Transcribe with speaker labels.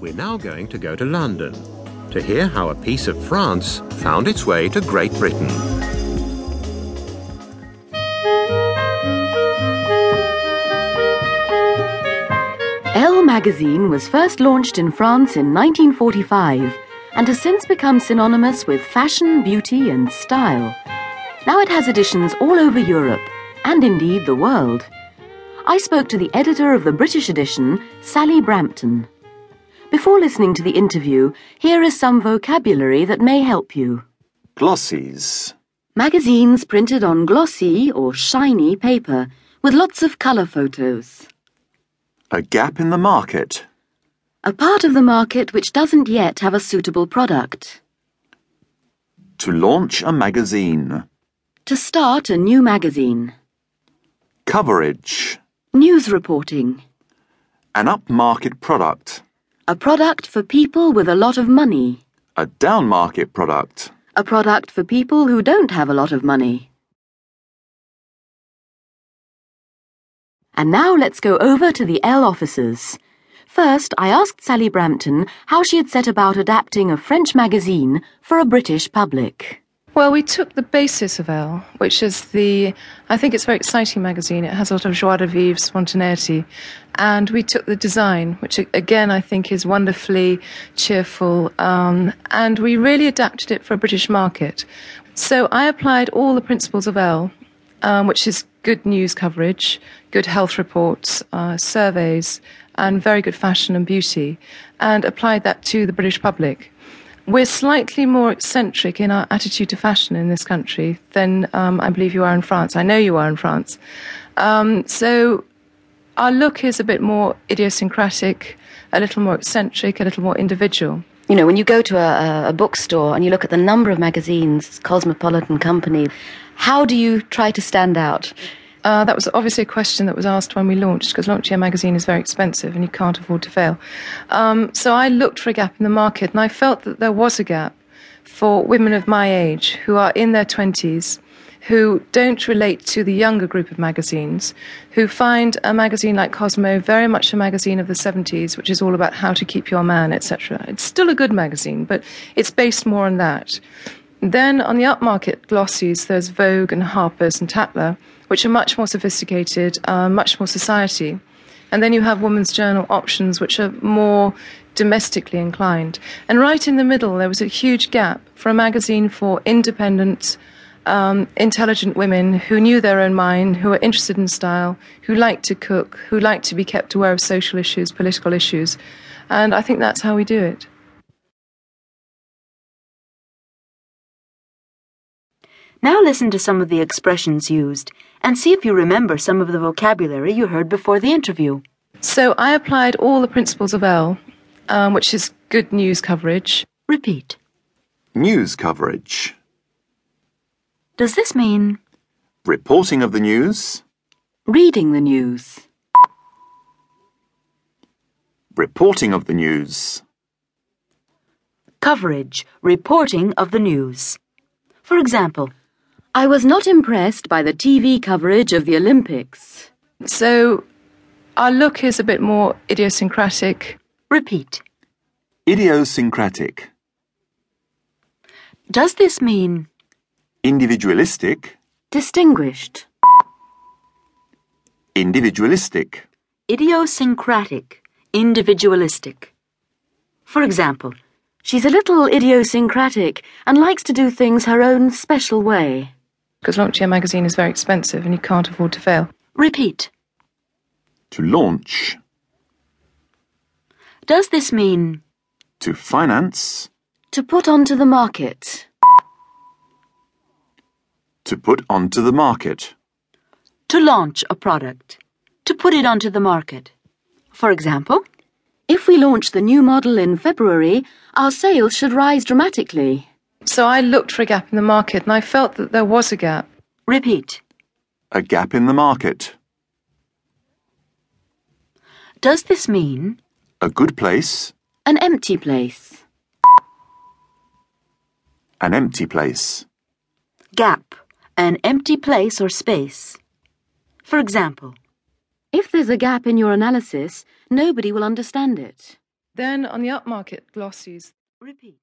Speaker 1: We're now going to go to London to hear how a piece of France found its way to Great Britain.
Speaker 2: Elle magazine was first launched in France in 1945 and has since become synonymous with fashion, beauty, and style. Now it has editions all over Europe and indeed the world. I spoke to the editor of the British edition, Sally Brampton. Before listening to the interview, here is some vocabulary that may help you.
Speaker 3: Glossies.
Speaker 2: Magazines printed on glossy or shiny paper with lots of colour photos.
Speaker 3: A gap in the market.
Speaker 2: A part of the market which doesn't yet have a suitable product.
Speaker 3: To launch a magazine.
Speaker 2: To start a new magazine.
Speaker 3: Coverage.
Speaker 2: News reporting.
Speaker 3: An upmarket product.
Speaker 2: A product for people with a lot of money.
Speaker 3: A downmarket product.
Speaker 2: A product for people who don't have a lot of money. And now let's go over to the L offices. First, I asked Sally Brampton how she had set about adapting a French magazine for a British public.
Speaker 4: Well, we took the basis of Elle, which is the, I think it's a very exciting magazine. It has a lot of joie de vivre, spontaneity. And we took the design, which again I think is wonderfully cheerful. Um, and we really adapted it for a British market. So I applied all the principles of Elle, um, which is good news coverage, good health reports, uh, surveys, and very good fashion and beauty, and applied that to the British public we're slightly more eccentric in our attitude to fashion in this country than um, I believe you are in France. I know you are in France. Um, so our look is a bit more idiosyncratic, a little more eccentric, a little more individual.
Speaker 5: You know, when you go to a, a bookstore and you look at the number of magazines, Cosmopolitan Company, how do you try to stand out?
Speaker 4: Uh, that was obviously a question that was asked when we launched because launching a magazine is very expensive and you can't afford to fail. Um, so I looked for a gap in the market and I felt that there was a gap for women of my age who are in their 20s, who don't relate to the younger group of magazines, who find a magazine like Cosmo very much a magazine of the 70s, which is all about how to keep your man, etc. It's still a good magazine, but it's based more on that. Then on the upmarket glossies, there's Vogue and Harper's and Tatler, which are much more sophisticated, uh, much more society. And then you have Women's Journal options, which are more domestically inclined. And right in the middle, there was a huge gap for a magazine for independent, um, intelligent women who knew their own mind, who were interested in style, who liked to cook, who liked to be kept aware of social issues, political issues. And I think that's how we do it.
Speaker 2: Now listen to some of the expressions used and see if you remember some of the vocabulary you heard before the interview.
Speaker 4: So I applied all the principles of L, um, which is good news coverage.
Speaker 2: Repeat.
Speaker 3: News coverage.
Speaker 2: Does this mean
Speaker 3: Reporting of the news.
Speaker 2: reading the news?
Speaker 3: Reporting of the news.
Speaker 2: Coverage, reporting of the news. For example, I was not impressed by the TV coverage of the Olympics.
Speaker 4: So our look is a bit more idiosyncratic.
Speaker 2: Repeat.
Speaker 3: Idiosyncratic.
Speaker 2: Does this mean
Speaker 3: Individualistic.
Speaker 2: distinguished,
Speaker 3: Individualistic.
Speaker 2: idiosyncratic, individualistic? For example, she's a little idiosyncratic and likes to do things her own special way.
Speaker 4: Because launching a magazine is very expensive and you can't afford to fail.
Speaker 2: Repeat.
Speaker 3: To launch.
Speaker 2: Does this mean
Speaker 3: To finance.
Speaker 2: to put onto the market,
Speaker 3: To put onto the market.
Speaker 2: to launch a product, to put it onto the market? For example, if we launch the new model in February, our sales should rise dramatically.
Speaker 4: So I looked for a gap in the market and I felt that there was a gap.
Speaker 2: Repeat.
Speaker 3: A gap in the market.
Speaker 2: Does this mean
Speaker 3: A good place.
Speaker 2: an empty place,
Speaker 3: An empty place.
Speaker 2: gap, an empty place or space? For example, if there's a gap in your analysis, nobody will understand it.
Speaker 4: Then on the upmarket, glossies.
Speaker 2: Repeat.